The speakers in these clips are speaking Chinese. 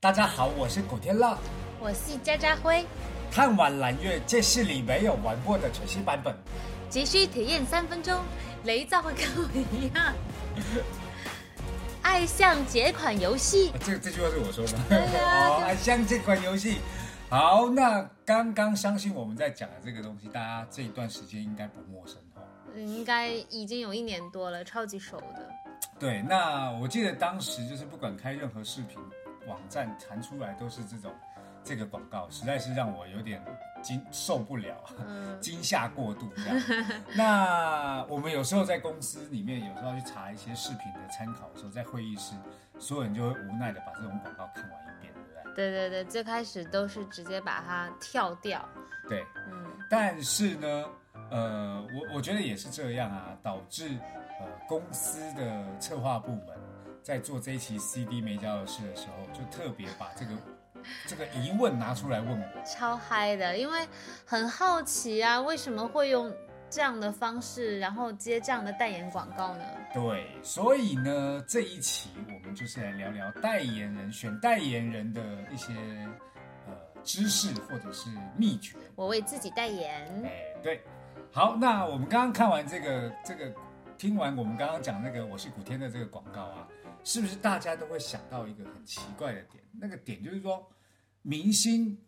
大家好，我是古天乐。我是渣渣辉，看完蓝月，这是你没有玩过的全新版本。急需体验三分钟，雷造会跟我一样， 爱上结款游戏啊。这这句话是我说的。对 啊好，爱像这款游戏。好，那刚刚相信我们在讲的这个东西，大家这一段时间应该不陌生哦。应该已经有一年多了，超级熟的。对，那我记得当时就是不管开任何视频网站弹出来都是这种这个广告，实在是让我有点惊受不了， 嗯惊吓过度这样。那我们有时候在公司里面，有时候要去查一些视频的参考的时候，在会议室，所有人就会无奈的把这种广告看完一遍，对不对？对对对，最开始都是直接把它跳掉。对，嗯，但是呢，呃，我我觉得也是这样啊，导致呃公司的策划部门在做这一期 CD 没交的事的时候，就特别把这个 这个疑问拿出来问我。超嗨的，因为很好奇啊，为什么会用这样的方式，然后接这样的代言广告呢？对，所以呢，这一期我们就是来聊聊代言人选代言人的一些呃知识或者是秘诀。我为自己代言，哎，对，好，那我们刚刚看完这个这个，听完我们刚刚讲那个我是古天的这个广告啊，是不是大家都会想到一个很奇怪的点？那个点就是说，明星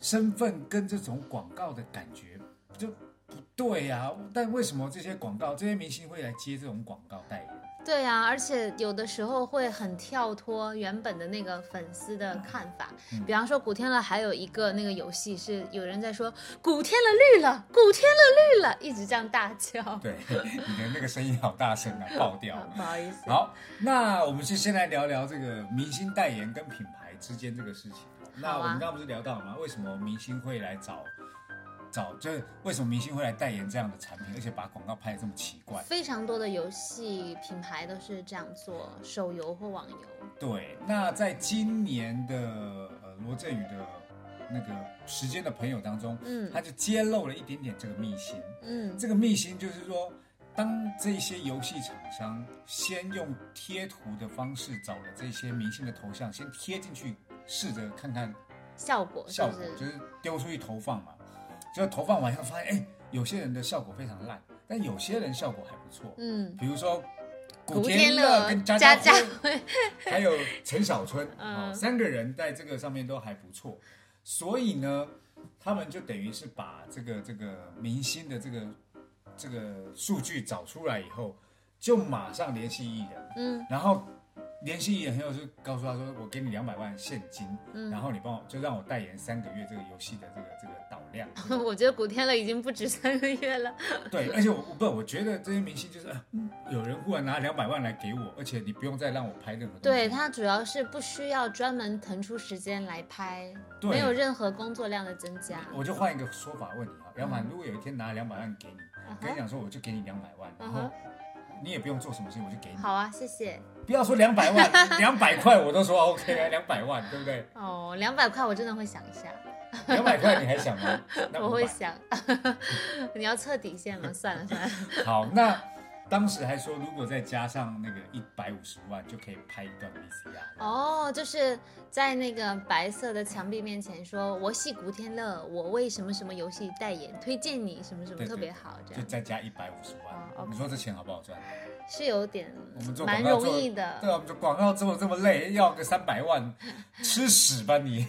身份跟这种广告的感觉就不对呀、但为什么这些广告这些明星会来接这种广告代言？对啊，而且有的时候会很跳脱原本的那个粉丝的嗯看法。比方说古天乐还有一个那个游戏是有人在说古天乐绿了，古天乐绿了，一直这样大叫。对， 你的那个声音好大声啊，爆掉啊。不好意思，好，那我们就先来聊聊这个明星代言跟品牌之间这个事情。那好啊我们刚刚不是聊到了吗？为什么明星会来找找，就是为什么明星会来代言这样的产品，而且把广告拍的这么奇怪？ 非常多的游戏品牌都是这样做，手游或网游。对，那在今年的呃罗振宇的那个时间的朋友当中，嗯他就揭露了一点点这个秘辛。嗯，这个秘辛就是说，当这些游戏厂商先用贴图的方式找了这些明星的头像，先贴进去，试着看看效果是效不？果，就是是丢出去投放嘛。就投放完以后发现，哎，有些人的效果非常烂，但有些人效果还不错。嗯，比如说古古天天乐乐跟佳佳佳辉辉， 还有陈小春，嗯哦，三个人在这个上面都还不错，所以呢，他们就等于是把这个这个明星的这个这个数据找出来以后，就马上联系艺人，嗯 然后联系艺人以后就告诉他说，我给你两百万现金，然嗯，后你帮我就让我代言三个月这个游戏的这个这个导量， 这个我觉得古天乐已经不止三个月了。 对，而且我不，我觉得这些明星就是、呃嗯有人忽然拿两百万来给我，而且你不用再让我拍任何东西，对，他主要是不需要专门腾出时间来拍，对没有任何工作量的增加。我就换一个说法问你啊，杨凡，如果有一天拿两百万给你，嗯跟你哼讲说我就给你两百万，然嗯后哼你也不用做什么事情，我就给你。好啊，谢谢。不要说两百万， 两百块我都说 OK 啊，两百万对不 对？哦，两百块我真的会想一下，两百块你还想吗？那我会500想。 你要测底线吗？算了算 了，好，那当时还说如果再加上那个一百五十万就可以拍一段 VCR。哦，就是在那个白色的墙壁面前说，我系古天乐，我为什么什么游戏代言，推荐你什么什么对特对别好，这就样再加一百五十哦万， ，OK 你说这钱好不好赚？是有点嗯我们做蛮广告容做易的。对啊，我们就广告做的这么累，要个三百 万，吃屎吧你！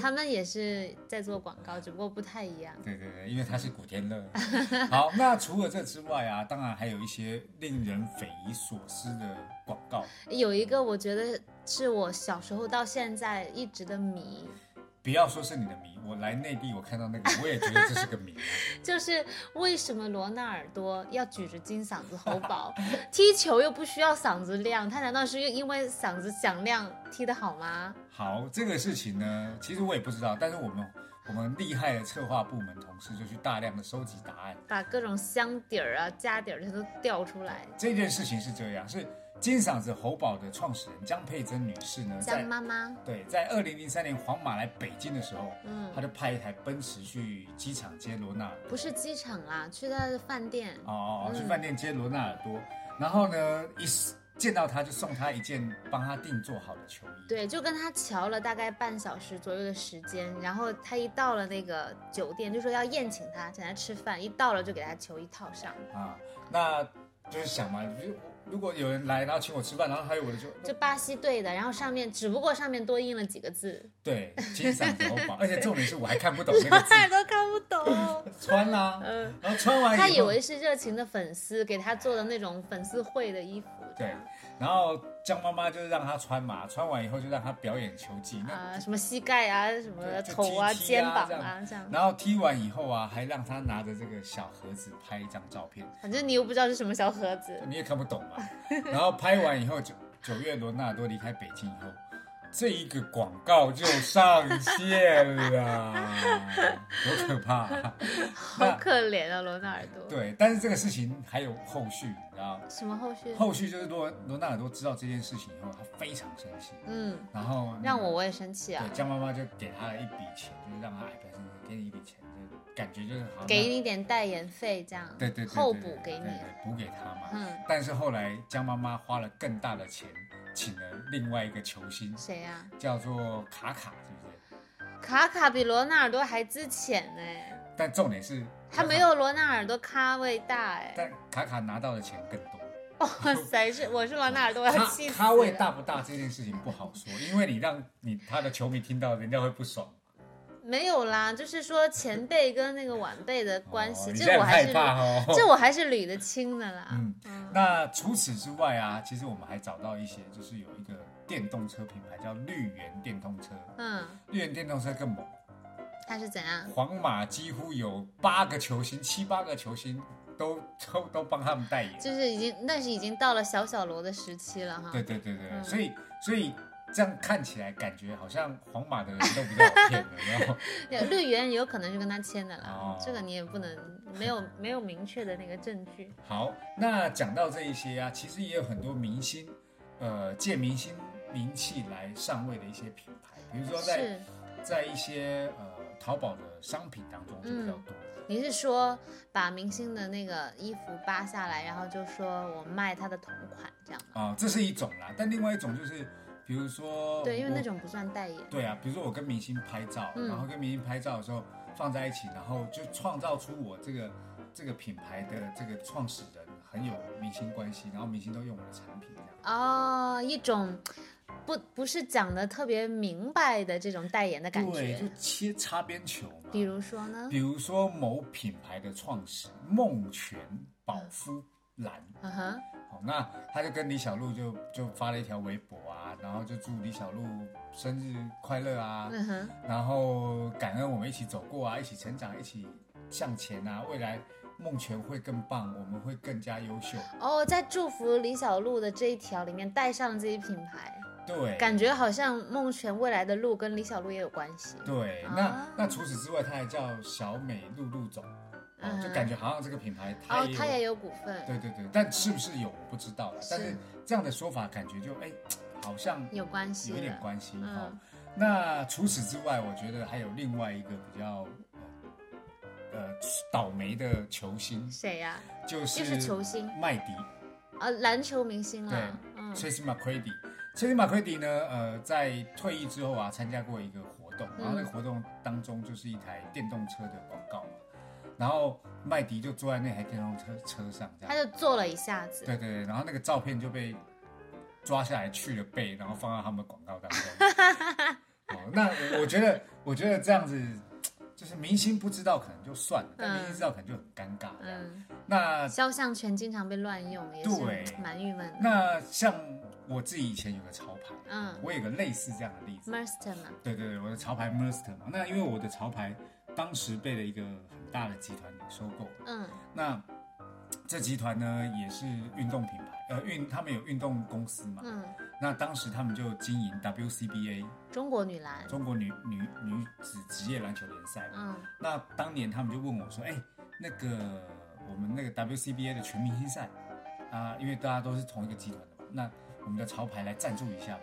他们也是在做广告，只不过不太一样。对对对，因为他是古天乐。 好，那除了这之外啊，当然还有一些令人匪夷所思的广告。有一个我觉得是我小时候到现在一直的谜，不要说是你的迷，我来内地我看到那个，我也觉得这是个谜。就是为什么罗纳尔多要举着金嗓 子喉宝踢球又不需要嗓子亮？他难道是因为嗓子响亮踢得好吗？ 好，这个事情呢，其实我也不知道，但是我们我们厉害的策划部门同事就去大量的收集答案。把各种香底儿啊、家底儿这都调出来。这件事情是这样，是金嗓子喉宝的创始人江佩珍女士呢，在江妈妈，对，在二零零三年皇马来北京的时候，嗯她就派一台奔驰去机场接罗纳尔多不是机场啦，去他的饭店。哦，哦，去嗯饭店接罗纳尔多，然后呢，一 s- 见到他就送他一件帮他定做好的球衣。对，就跟他瞧了大概半小时左右的时间，然后他一到了那个酒店，就说要宴请他，请他吃饭，一到了就给他球衣套上，啊，那就是想嘛，如如果有人来然后请我吃饭，然后还有我的就就巴西队的，然后上面只不过上面多印了几个字，对金嗓子喉宝，而且重点是我还看不懂那个我 字，还都看不 懂。穿啦、 嗯，然后穿完以后他以为是热情的粉丝给他做的那种粉丝会的衣服，这对样，然后江妈妈就让他穿嘛，穿完以后就让他表演球技，那啊、什么膝盖啊，什么对就头啊，踢踢啊肩膀这样啊，这样，然后踢完以后啊，还让他拿着这个小盒子拍一张照片，反正你又不知道是什么小盒子，你也看不懂嘛。 然后拍完以后，九九月罗纳尔多离开北京以后，这一个广告就上线了， 多可怕、啊好可怜啊，罗纳尔多。，对，但是这个事情还有后续，你知道？什么后续？后续就是罗罗纳尔多知道这件事情以后，他非常生气，嗯，然后那个让我我也生气啊对，江妈妈就给他了一笔钱，就是让他哎，不是给你一笔钱，就感觉就是好像给你点代言费这样，对对对对后补给你对。对补给他嘛。嗯，但是后来江妈妈花了更大的钱，请了另外一个球星，谁呀、叫做卡卡，是不是？卡卡比罗纳尔多还之前呢、但重点是他没，有罗纳尔多咖位大哎、但卡卡拿到的钱更多。哇塞，是我是罗纳尔多，我要他气死咖位了。大不大这件事情不好说，因为你让你他的球迷听到，人家会不爽。哦没有啦，就是说前辈跟那个晚 辈的关系，哦、你现这在我很还害是怕哦。这我还是捋得清的啦。嗯 那除此之外啊，其实我们还找到一些，就是有一个电动车品牌叫绿源电动车，嗯，绿源电动车更猛，他是怎样？皇马几乎有八个球星，七八个球星都都都帮他们代言。就是已经那是已经到了小小罗的时期了哈。对对对对，嗯所以所以这样看起来，感觉好像皇马的人都比较好骗哦的，然后对，绿源有可能是跟他签的啦，哦这个你也不能没有没有明确的那个证 据。好，那讲到这一些啊，其实也有很多明星，呃，借明星名气来上位的一些品牌，比如说在是，在一些呃淘宝的商品当中就比较嗯多。你是说把明星的那个衣服扒下来，然后就说我卖他的同款这样吗？啊、这是一种啦。但另外一种就是，比如说对，因为我那种不算代言。对啊，比如说我跟明星拍照，嗯然后跟明星拍照的时候放在一起，然后就创造出我这个这个品牌的这个创始人很有明星关系，然后明星都用我的产品这样。哦，一种不不是讲的特别明白的这种代言的感对，就觉。切擦边球嘛。比如说呢？比如说某品牌的创始梦泉宝夫兰，嗯哼，好，那他就跟李小璐就就发了一条微博啊，然后就祝李小璐生日快乐啊，嗯哼，然后感恩我们一起走过啊，一起成长，一起向前啊，未来梦泉会更棒，我们会更加优秀。哦，在祝福李小璐的这一条里面带上了自己品牌，对，感觉好像梦泉未来的路跟李小璐也有关系。对，那、啊那除此之外，他还叫小美露露总，哦，嗯就感觉好像这个品牌他哦也，有他也有股份，对对对，但是不是有我不知道了，但是是这样的说法感觉就哎，好像有关系有一点的。关系哈、嗯那除此之外，我觉得还有另外一个比较呃呃倒霉的球星，谁呀、就是又是球星麦迪啊？篮球明星对啦。嗯 Tracy McGrady。Tracy McGrady 呢，呃，在退役之后啊，参加过一个活动，然嗯后那个活动当中就是一台电动车的广告嘛，然后麦迪就坐在那台电动车车上这样他。就坐了一下子，对对对，然后那个照片就被抓下来去了背，然后 放到他们的广告当中。哦，那我我觉得，我觉得这样子就是明星不知道可能就算了，但嗯明星知道可能就很尴尬这样。嗯，那肖像权经常被乱用，也对是蛮郁闷的。那像我自己以前有个潮牌，嗯我有个类似这样的例子， ，Merster 嘛，对对对，我的潮牌 Merster 嘛，那因为我的潮牌当时被了一个很大的集团给收购，嗯那这集团呢也是运动品牌，呃运他们有运动公司嘛，嗯，那当时他们就经营 WCBA 中国女篮，中国女女女子职业篮球联赛嘛，嗯那当年他们就问我说，哎、那个我们那个 WCBA 的全明星赛啊，因为大家都是同一个集团的嘛，那我们的潮牌来赞助一下吧，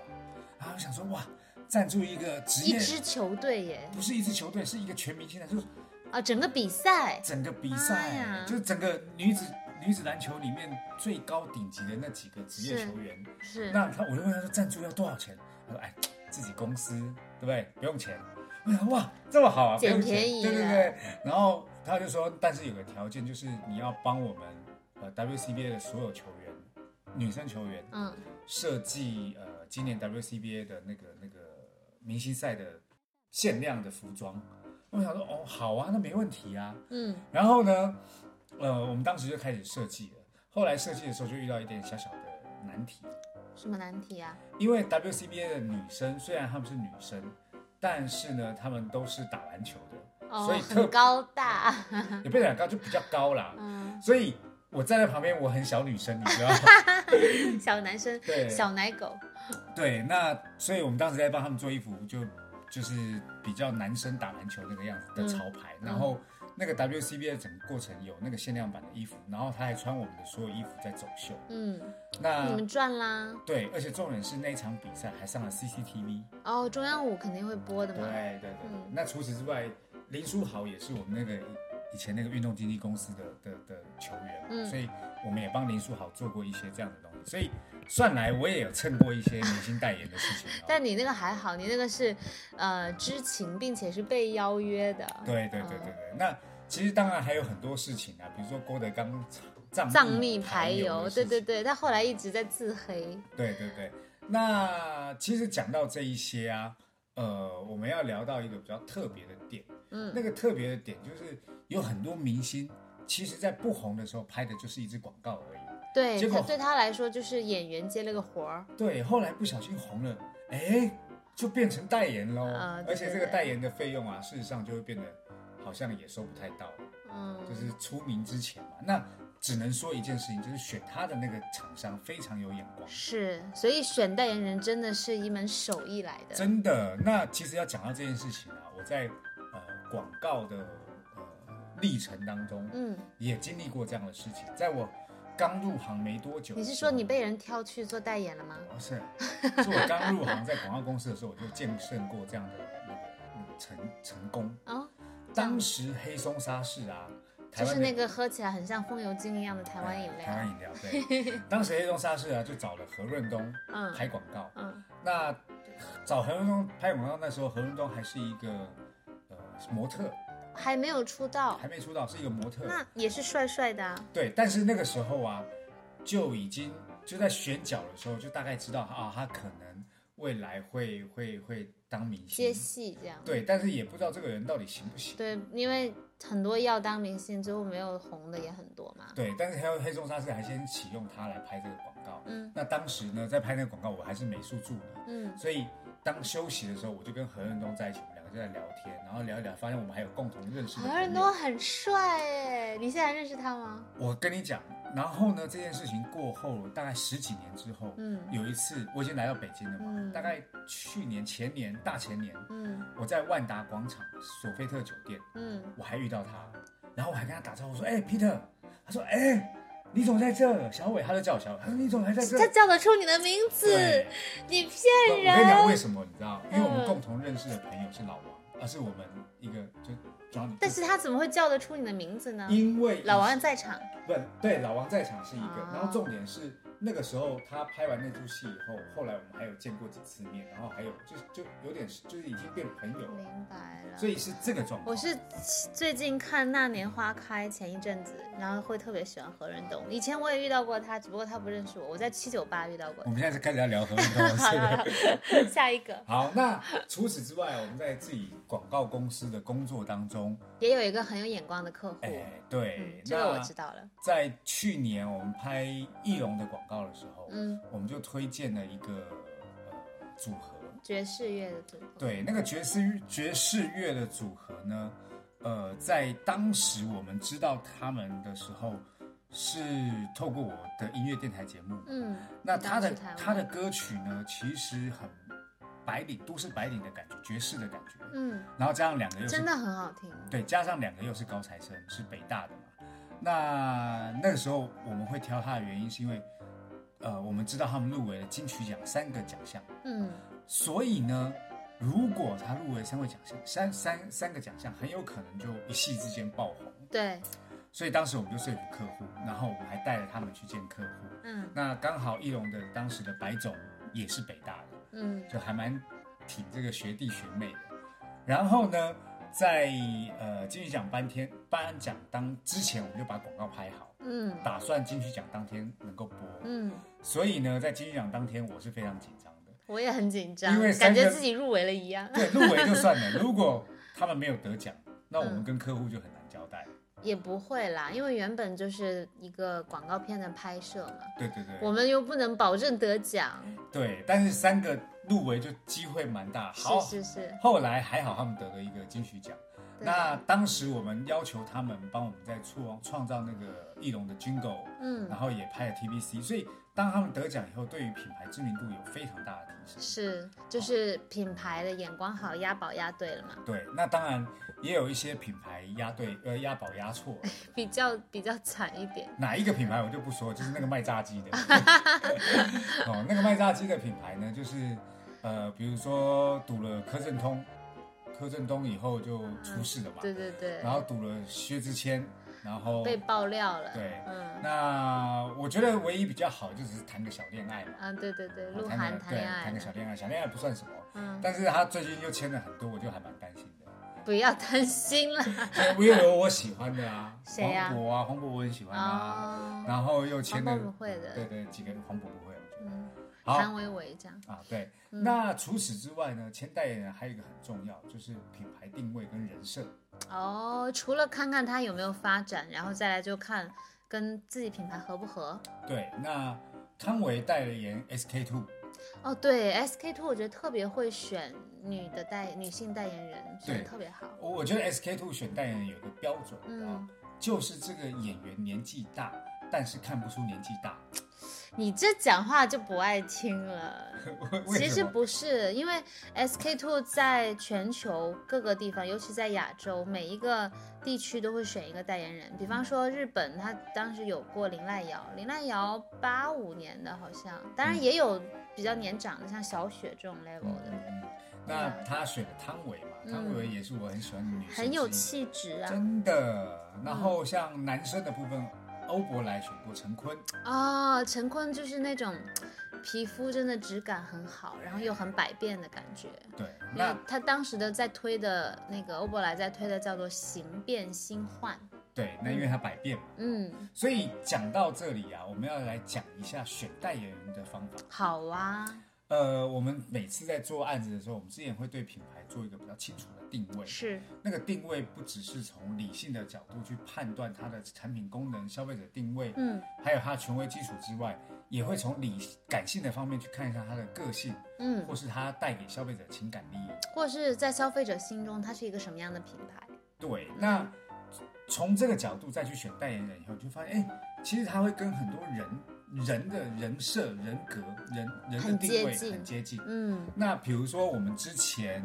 然后我想说哇，赞助一个职一业。支球队耶，不是一支球队，是一个全明星的，就是啊，整个比赛，整个比哎赛，呀就是整个女子女子篮球里面最高顶级的那几个职业是球员。是，那他我就问他说赞助要多少钱？他说哎，自己公司对不对？不用钱。我想哇，这么好啊，不捡用钱便宜对对了对。然后他就说，但是有个条件，就是你要帮我们呃 WCBA 的所有球员，女生球员嗯设计呃今年 WCBA 的那个那个明星赛的限量的服装。我想说，哦，好啊，那没问题啊。嗯然后呢，呃，我们当时就开始设计了。后来设计的时候就遇到一点小小的难题，什么难题啊？因为 WCBA 的女生虽然她们是女生，但是呢，她们都是打篮球的，哦所以，特很高大，也不能讲高，就比较高啦。嗯，所以我站在旁边，我很小女生，你知道吗？ 小男生，对小奶狗，对，那所以我们当时在帮他们做衣服，就就是比较男生打篮球那个样子嗯的潮牌，然后那个 WCBA 整个过程有那个限量版的衣服，然后他还穿我们的所有衣服在走秀。嗯，那你们赚啦。对，而且重点是那一场比赛还上了 CCTV。哦，中央五肯定会播的对嘛。对对。嗯那除此之外，林书豪也是我们那个以前那个运动经纪公司的的的球员嘛，嗯所以我们也帮林书豪做过一些这样的东西。所以算来我也有蹭过一些明星代言的事情、哦。但你那个还好，你那个是，呃，知情并且是被邀约的。对对对对对，那其实当然还有很多事情啊，比如说郭德纲藏藏秘排排油油的，对事情，对对，他后来一直在自黑。对对对。那其实讲到这一些啊，呃，我们要聊到一个比较特别的点，嗯那个特别的点就是有很多明星，其实在不红的时候拍的就是一支广告而已。对，结果他对他来说就是演员接了个活儿，对，后来不小心红了，哎，就变成代言喽、啊对而且这对个对代言的费用啊，事实上就会变得好像也收不太到。嗯，就是出名之前嘛，那只能说一件事情，就是选他的那个厂商非常有眼光，是，所以选代言人真的是一门手艺来的。真的。那其实要讲到这件事情啊，我在呃广告的呃历程当中，嗯，也经历过这样的事情。在我刚入行没多久，你是说你？被人挑去做代言了吗？不哦是，啊是我刚入行在广告公司的时候，我就见证过这样的那个那个成成 功。哦，当时黑松沙士啊，台就湾是的呃那个喝起来很像风油精一样的台湾饮台湾料。饮料 对。当时黑松沙士啊，就找了何润东嗯拍广告。嗯那找何润东拍广告那时候，何润东还是一个呃模特，还没有出道还，没出道，是一个模特。哦那也是帅帅的啊。对，但是那个时候啊，就已经就在选角的时候，就大概知道啊，他可能未来会会会当明星。接戏这样。对，但是也不知道这个人到底行不行。对，因为很多要当明星，最后没有红的也很多嘛。对，但是黑黑松沙士还先启用他来拍这个广告。嗯那当时呢，在拍那个广告，我还是美术助理。嗯所以当休息的时候，我就跟何润东在一起，我们两个就在聊天，然后聊一聊，发现我们还有共同认识的何润朋东友。很帅哎，你现在认识他吗？我跟你讲，然后呢，这件事情过后大概十几年之后，嗯有一次我已经来到北京了嘛，嗯大概去年、前年、大前年，嗯我在万达广场索菲特酒店，嗯，我还遇到他，然后我还跟他打招呼说：“哎、p e t e r 他说：“哎、你怎么在这？”小伟，他就叫我小伟，他说：“你怎么还在这他？”叫得出你的名字对，你我骗跟你讲为人。什么，你知道？因为我们嗯共同认识的朋友是老王，而是我们一个就 Johnny。但是他怎么会叫得出你的名字呢？因为老王在场，不对，老王在场是一个，哦然后重点是那个时候他拍完那出戏以后，后来我们还有见过几次面，然后还有就是就有点就是已经变朋友了，明白了。所以是这个状况。嗯我是最近看《那年花开》前一阵子，然后会特别喜欢何润东。以前我也遇到过他，只不过他不认识我。我在七九八遇到过我。们现在是开始要聊合作，好哦是 了，好 吧？了下一个好，那除此之外，我们在自己广告公司的工作当中，也有一个很有眼光的客户，哎、哦嗯对，，这那个我知道了。在去年我们拍翼龙的广告的时候，嗯，我们就推荐了一个呃组合，爵士乐的组合，对，那个爵士爵士乐的组合呢，呃，在当时我们知道他们的时候，是透过我的音乐电台节目。嗯，那他的你当时台湾他的歌曲呢，其实很白领，都市白领的感觉，爵士的感觉，嗯，然后加上两个又是真的很好听。对，加上两个又是高材生，是北大的嘛。那那个时候我们会挑他的原因，是因为，呃，我们知道他们入围了金曲奖三个奖项，嗯，所以呢，如果他入围三位奖项，三三三个奖项，很有可能就一夕之间爆红。对，所以当时我们就说服客户，然后我们还带着他们去见客户。嗯那刚好翼龙的当时的白总也是北大的，嗯就还蛮挺这个学弟学妹的。然后呢，在呃金曲奖颁天颁奖当之前，我们就把广告拍好，嗯打算金曲奖当天能够播。嗯，所以呢，在金曲奖当天，我是非常紧张的。我也很紧张因为，感三个觉自己入围了一样， 对，入围就算了，如果他们没有得奖，那我们跟客户就很难交代。也不会啦，因为原本就是一个广告片的拍摄嘛，对对我对，们又不能保证得奖，对，但是三个入围就机会蛮大。好，是是是，后来还好他们得了一个金曲奖。对那当时我们要求他们帮我们在创创造那个翼龙的 Jingle，嗯然后也拍了 TVC，所以当他们得奖以后，对于品牌知名度有非常大的提升。是就是品牌的眼光好，押宝押对了嘛，对，那当然也有一些品牌押对，呃，押宝押错了，比较比较惨一 点，哪一个品牌我就不说，就是那个卖炸 鸡的。哦，那个卖炸鸡的品牌呢，就是呃，比如说赌了柯震东，柯震东以后就出事了嘛，对对对然，后赌了薛之谦，然后被爆料了，对嗯那我觉得唯一比较好就只是谈个小恋爱嘛，哦啊对对对，鹿谈晗个谈对恋爱谈个小了，恋爱，小恋爱不算什么。嗯，但是他最近又签了很多，我就还蛮担心的。 不要担心啦，因为有我喜欢的啊，谁呀黄渤啊，黄渤我很喜欢啊。哦，然后又黄签渤不了，会的对，对，几个黄渤不会，我觉得。嗯，好谭维维这样，啊，对。嗯那除此之外呢，签代言人还有一个很重要，就是品牌定位跟人设。哦，除了看看它有没有发展，然后再来就看跟自己品牌合不合。对，那康维代言 SK two，哦，对，SK two 我觉得特别会选女的代女性代言人，选对的特别好。我我觉得 SK two 选代言人有个标准啊，嗯就是这个演员年纪大，但是看不出年纪大。 你这讲话就不爱听了。 为其什实么不是，因为 SK two 在全球各个地方，尤其在亚洲，每一个地区都会选一个代言人。比方说日本，它当时有过林濑遥，林濑遥八五年的好像，当然也有比较年长的，像小雪这种 level 的。嗯嗯，那他选了汤唯嘛，汤唯也是我很喜欢的女生，很有，气质啊！嗯真的。然后像男生的部分，欧珀莱选过陈坤，哦，陈坤就是那种皮肤真的质感很好，然后又很百变的感觉。对，因为那他当时的在推的那个欧珀莱在推的叫做“形变心换对，那因为他百变嘛”，。嗯，所以讲到这里啊，我们要来讲一下选代言人的方法。好啊，呃，我们每次在做案子的时候，我们之前会对品牌做一个比较清楚的定位。是，那个定位不只是从理性的角度去判断它的产品功能、消费者定位，嗯还有它权威基础之外，也会从理感性的方面去看一下它的个性，嗯，或是它带给消费者情感利益。或是在消费者心中它是一个什么样的品牌？对，那从这个角度再去选代言人以后，你就发现，哎，其实它会跟很多人人的人设、人格、人人的很定位接近很接近。嗯那比如说我们之前，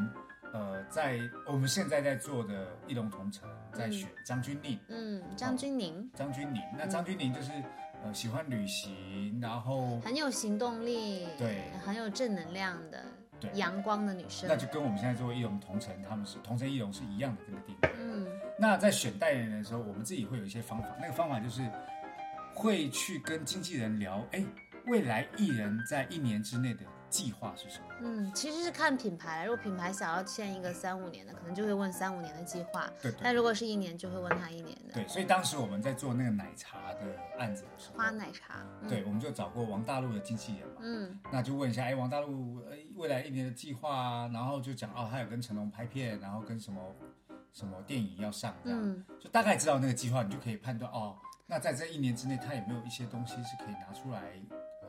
呃，在我们现在在做的《一龙同城》，在选张钧甯。嗯，张钧甯张钧甯。那嗯张钧甯就是呃喜欢旅行，然后很有行动力，对很有正能量的对阳光的女生那。就跟我们现在做艺龙同城，他们是同城艺龙是一样的这个定位。嗯那在选代言人的时候，我们自己会有一些方法，那个方法就是会去跟经纪人聊，哎，未来艺人在一年之内的计划是什么？嗯，其实是看品牌，如果品牌想要签一个三五年的，可能就会问三五年的计划；对对但如果是一年，就会问他一年的对，所以当时我们在做那个奶茶的案子的时候，花奶茶。嗯、对，我们就找过王大陆的经纪人嘛，嗯那就问一下，哎，王大陆呃未来一年的计划啊，然后就讲哦，他有跟成龙拍片，然后跟什么什么电影要上，这样、嗯就大概知道那个计划，你就可以判断哦，那在这一年之内，他有没有一些东西是可以拿出来呃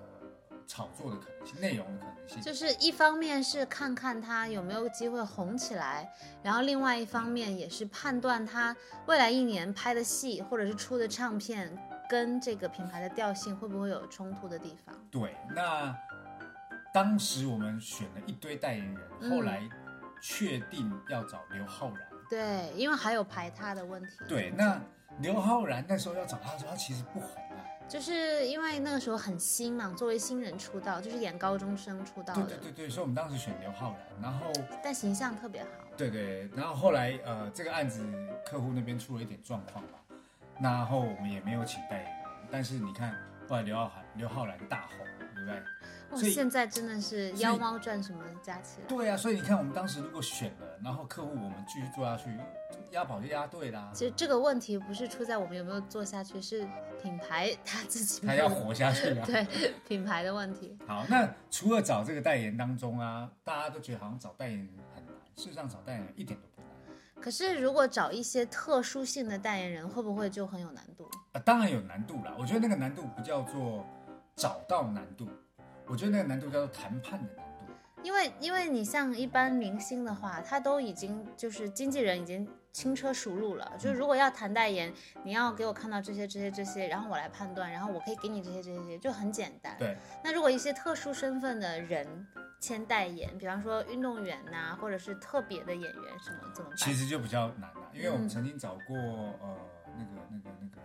炒作的可能性，内容的可能性，就是一方面是看看他有没有机会红起来，然后另外一方面也是判断他未来一年拍的戏或者是出的唱片跟这个品牌的调性会不会有冲突的地方。对，那当时我们选了一堆代言人，嗯后来确定要找刘昊然。对，因为还有排他的问题。对，那刘昊然那时候要找他的时候，他其实不红啊。就是因为那个时候很新嘛，作为新人出道，就是演高中生出道对的，对对对，所以我们当时选刘昊然，然后但形象特别好。对对，然后后来呃这个案子客户那边出了一点状况嘛，然后我们也没有请代言人，但是你看后来刘昊然刘昊然大红，对不对？哇，所以现在真的是所以妖猫传什么加起来，对啊，所以你看我们当时如果选了，然后客户我们继续做下去，押宝就押对啦。其实这个问题不是出在我们有没有做下去，是品牌他自己他没要有活下去啊！ 对品牌的问题。好，那除了找这个代言当中啊，大家都觉得好像找代言人很难，事实上找代言人一点都不难可是如果找一些特殊性的代言人，会不会就很有难度？啊，当然有难度啦。我觉得那个难度不叫做找到难度，我觉得那个难度叫做谈判的难度。因为因为你像一般明星的话，他都已经就是经纪人已经轻车熟路了，就是如果要谈代言，你要给我看到这些这些这些，然后我来判断，然后我可以给你这些这些这些，就很简单。对，那如果一些特殊身份的人签代言，比方说运动员呐、或者是特别的演员什么，怎么其办？实就比较难啦，因为我们嗯曾经找过呃那个那个那个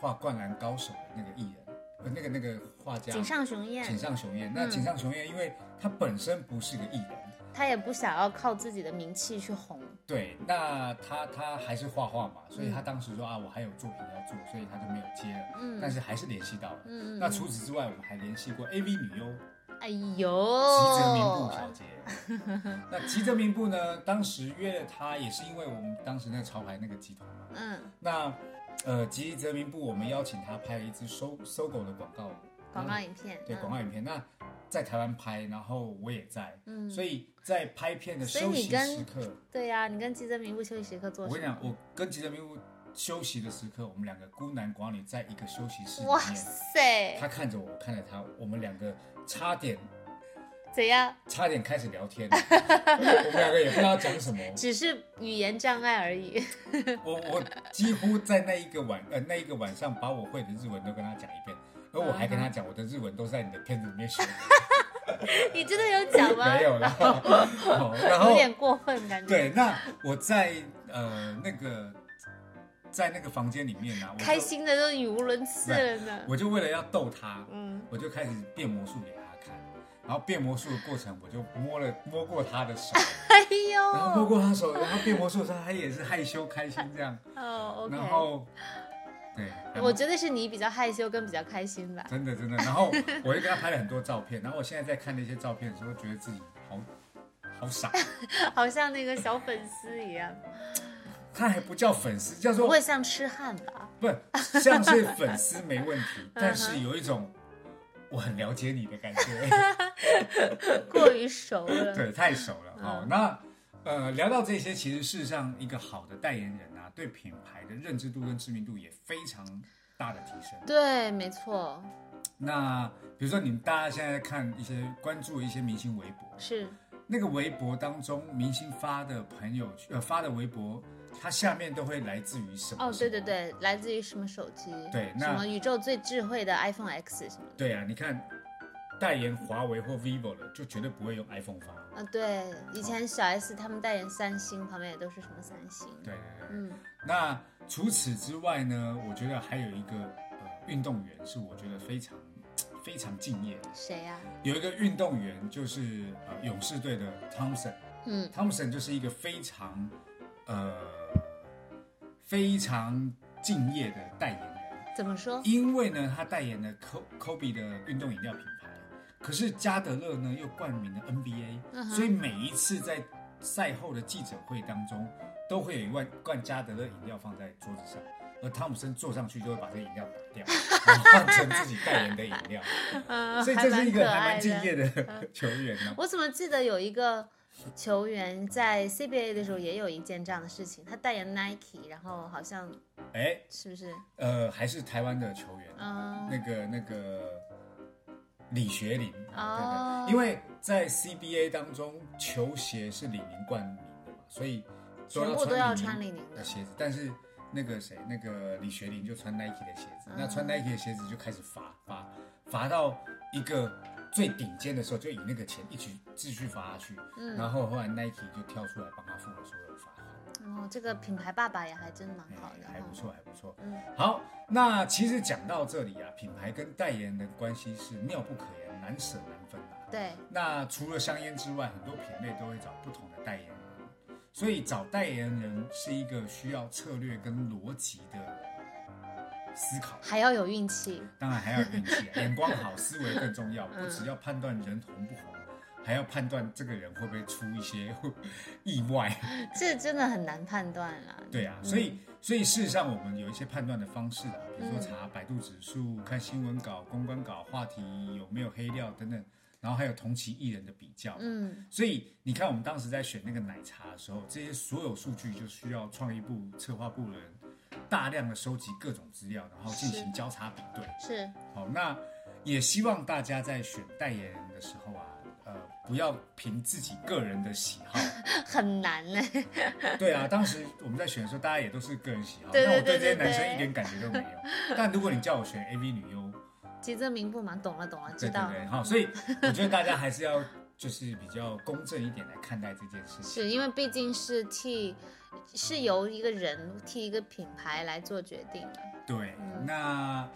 画《灌篮高手》的那个艺人，呃那个那个画家井上雄彦井上雄彦。那嗯井上雄彦，因为他本身不是个艺人，他也不想要靠自己的名气去红，对，那他他还是画画嘛，所以他当时说啊，我还有作品要做，所以他就没有接了，嗯但是还是联系到了。嗯，那除此之外，我们还联系过 AV 女优哎吉泽明步呦，小姐。 那吉泽明步呢，当时约了她也是因为我们当时那个潮牌那个集团嘛。嗯，那呃，吉泽明步我们邀请她拍了一支搜搜狗的广告，广告嗯影片，对嗯广告影片。那在台湾拍，然后我也在，嗯所以在拍片的所以休你息跟时刻。对呀、你跟吉泽明步休息时刻做我什跟么？你讲，我跟吉泽明步休息的时刻，我们两个孤男寡女在一个休息室里哇面，塞他，看着我，我看着他，我们两个差点怎样？差点开始聊 天了，我们两个也不知道讲什么。只是语言障碍而已。我我几乎在那一个晚呃那一个晚上，把我会的日文都跟他讲一遍，嗯而我还跟他讲我的日文都是在你的片子里面 学的，你真的有讲吗？没有 然后哦然啊有后点过分感觉。对，，那我在呃那个在那个房间里面呢、啊，我就开心的都语无伦次了呢。我就为了要逗他，嗯， 我就开始变魔术给他看，然后变魔术的过程，我就摸了摸过他的 手，哎然后摸呦，过他手，然后变魔术的时候，他也是害羞开心这样，哦然，OK，后对，然后我觉得是你比较害羞跟比较开心吧。 真的真的，然后我就给他拍了很多照片，然后我现在在看那些照片的时候，觉得自己好好傻，好像那个小粉丝一样，他还不叫粉丝，叫不做会像痴汉吧？不像是粉丝没问题，但是有一种我很了解你的感 觉。过于熟了。对，太熟了。嗯好、那呃，聊到这些，其实事实上，一个好的代言人啊，对品牌的认知度跟知名度也非常大的提升。对，没错，那比如说，你们大家现在看一些关注一些明星微博，是那个微博当中，明星发的朋友圈呃发的微博，它下面都会来自于什么？哦，对对。对，来自于什么手机？对那什么宇宙最智慧的 iPhone X 什么的。对啊，你看代言华为或 vivo 的，就绝对不会用 iPhone 发。啊，对，以前小 S 他们代言三星，旁边也都是什么三星。对对对。嗯，那除此之外呢，我觉得还有一个呃运动员是我觉得非常非常敬业的。谁呀、有一个运动员就是呃勇士队的 Thompson，Thompson 嗯，就是一个非常呃非常敬业的代言人。怎 么说？因为呢，他代言了 Co- Kobe 的运动饮料品牌，可是加德勒呢又冠名了 NBA，、嗯哼所以每一次在赛后的记者会当中，都会有一罐罐加德勒饮料放在桌子上，而汤普森坐上去就会把这饮料打 掉，然后换成自己代言的饮料，嗯，所以还这蛮是一可个还爱蛮敬的嗯业 的球员呢、我怎么记得有一个球员在 CBA 的时候也有一件这样的事情，他代言 Nike，然后好像哎，是不是？呃，还是台湾的球员，嗯那个那个李学林哦啊，对对，因为在 CBA 当中，球鞋是李宁冠名的嘛，所以都全部都要穿穿李李宁宁的的鞋子，但是。那个谁，那个李学林就穿 Nike 的鞋子，那穿 Nike 的鞋子就开始罚罚罚到一个最顶尖的时候，就以那个钱一直继续罚下去，嗯然后后来 Nike 就跳出来帮他付了所有的罚款。哦，这个品牌爸爸也还真蛮好的哎还不哈。错，还不错。嗯好，那其实讲到这里啊，品牌跟代言的关系是妙不可言，难舍难分啊。对，那除了香烟之外，很多品类都会找不同的代言人，所以找代言人是一个需要策略跟逻辑的思考。还要有运气。当然还要有运气，啊眼光好，思维更重要。不只要判断人红不红，还要判断这个人会不会出一些 意外。这真的很难判断啊。对啊，所以所以事实上我们有一些判断的方式啊，比嗯如说查百度指数、看新闻稿、公关稿、话题有没有黑料等等，然后还有同期艺人的比较。嗯，所以你看，我们当时在选那个奶茶的时候，这些所有数据就需要创意部、策划部的人大量的收集各种资料，然后进行是交叉比对。是好，那也希望大家在选代言人的时候啊，呃，不要凭自己个人的喜好。很难 嘞。对啊，当时我们在选的时候，大家也都是个人喜好，对那我对对对这些对男生对一点感觉都没 有。但如果你叫我选 AV 女优，吉泽明步嘛，懂了懂了，对知对道对，了。好，所以我觉得大家还是要就是比较公正一点来看待这件事情。是因为毕竟是替，是由一个人替一个品牌来做决定的。对，嗯那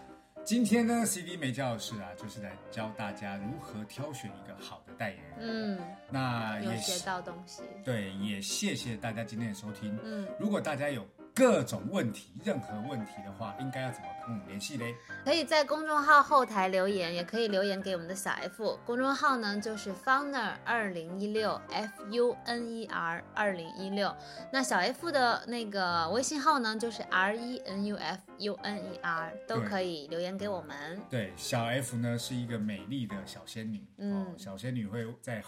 今天呢，CD 没教的事啊，就是来教大家如何挑选一个好的代言人。嗯，那有啊也学是到东西。对，也谢谢大家今天的收听。嗯。如果大家有各种问题，任何问题的话，应该要怎么跟我们联系嘞？可以在公众号后台留言，也可以留言给我们的小 F。公众号呢就是 Funer 二零一六 F U N E R 二零一六。那小 F 的那个微信号呢就是 R E N U F U N E R，都对可以留言给我们。对，小 F 呢是一个美丽的小仙女，嗯哦，小仙女会在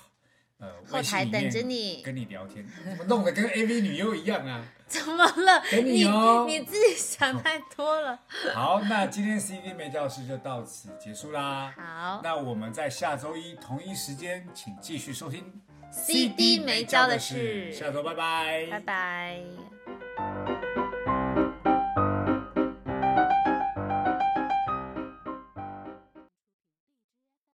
呃后微信台里面等着你跟你聊天， 怎么弄得跟 AV 女优一样 啊？怎么了？给你你哦你自己想太多了。好，那今天 CD 美教室就到此结束啦。好那我们在下周一同一时间，请继续收听 CD 没教的事下周拜拜，拜拜。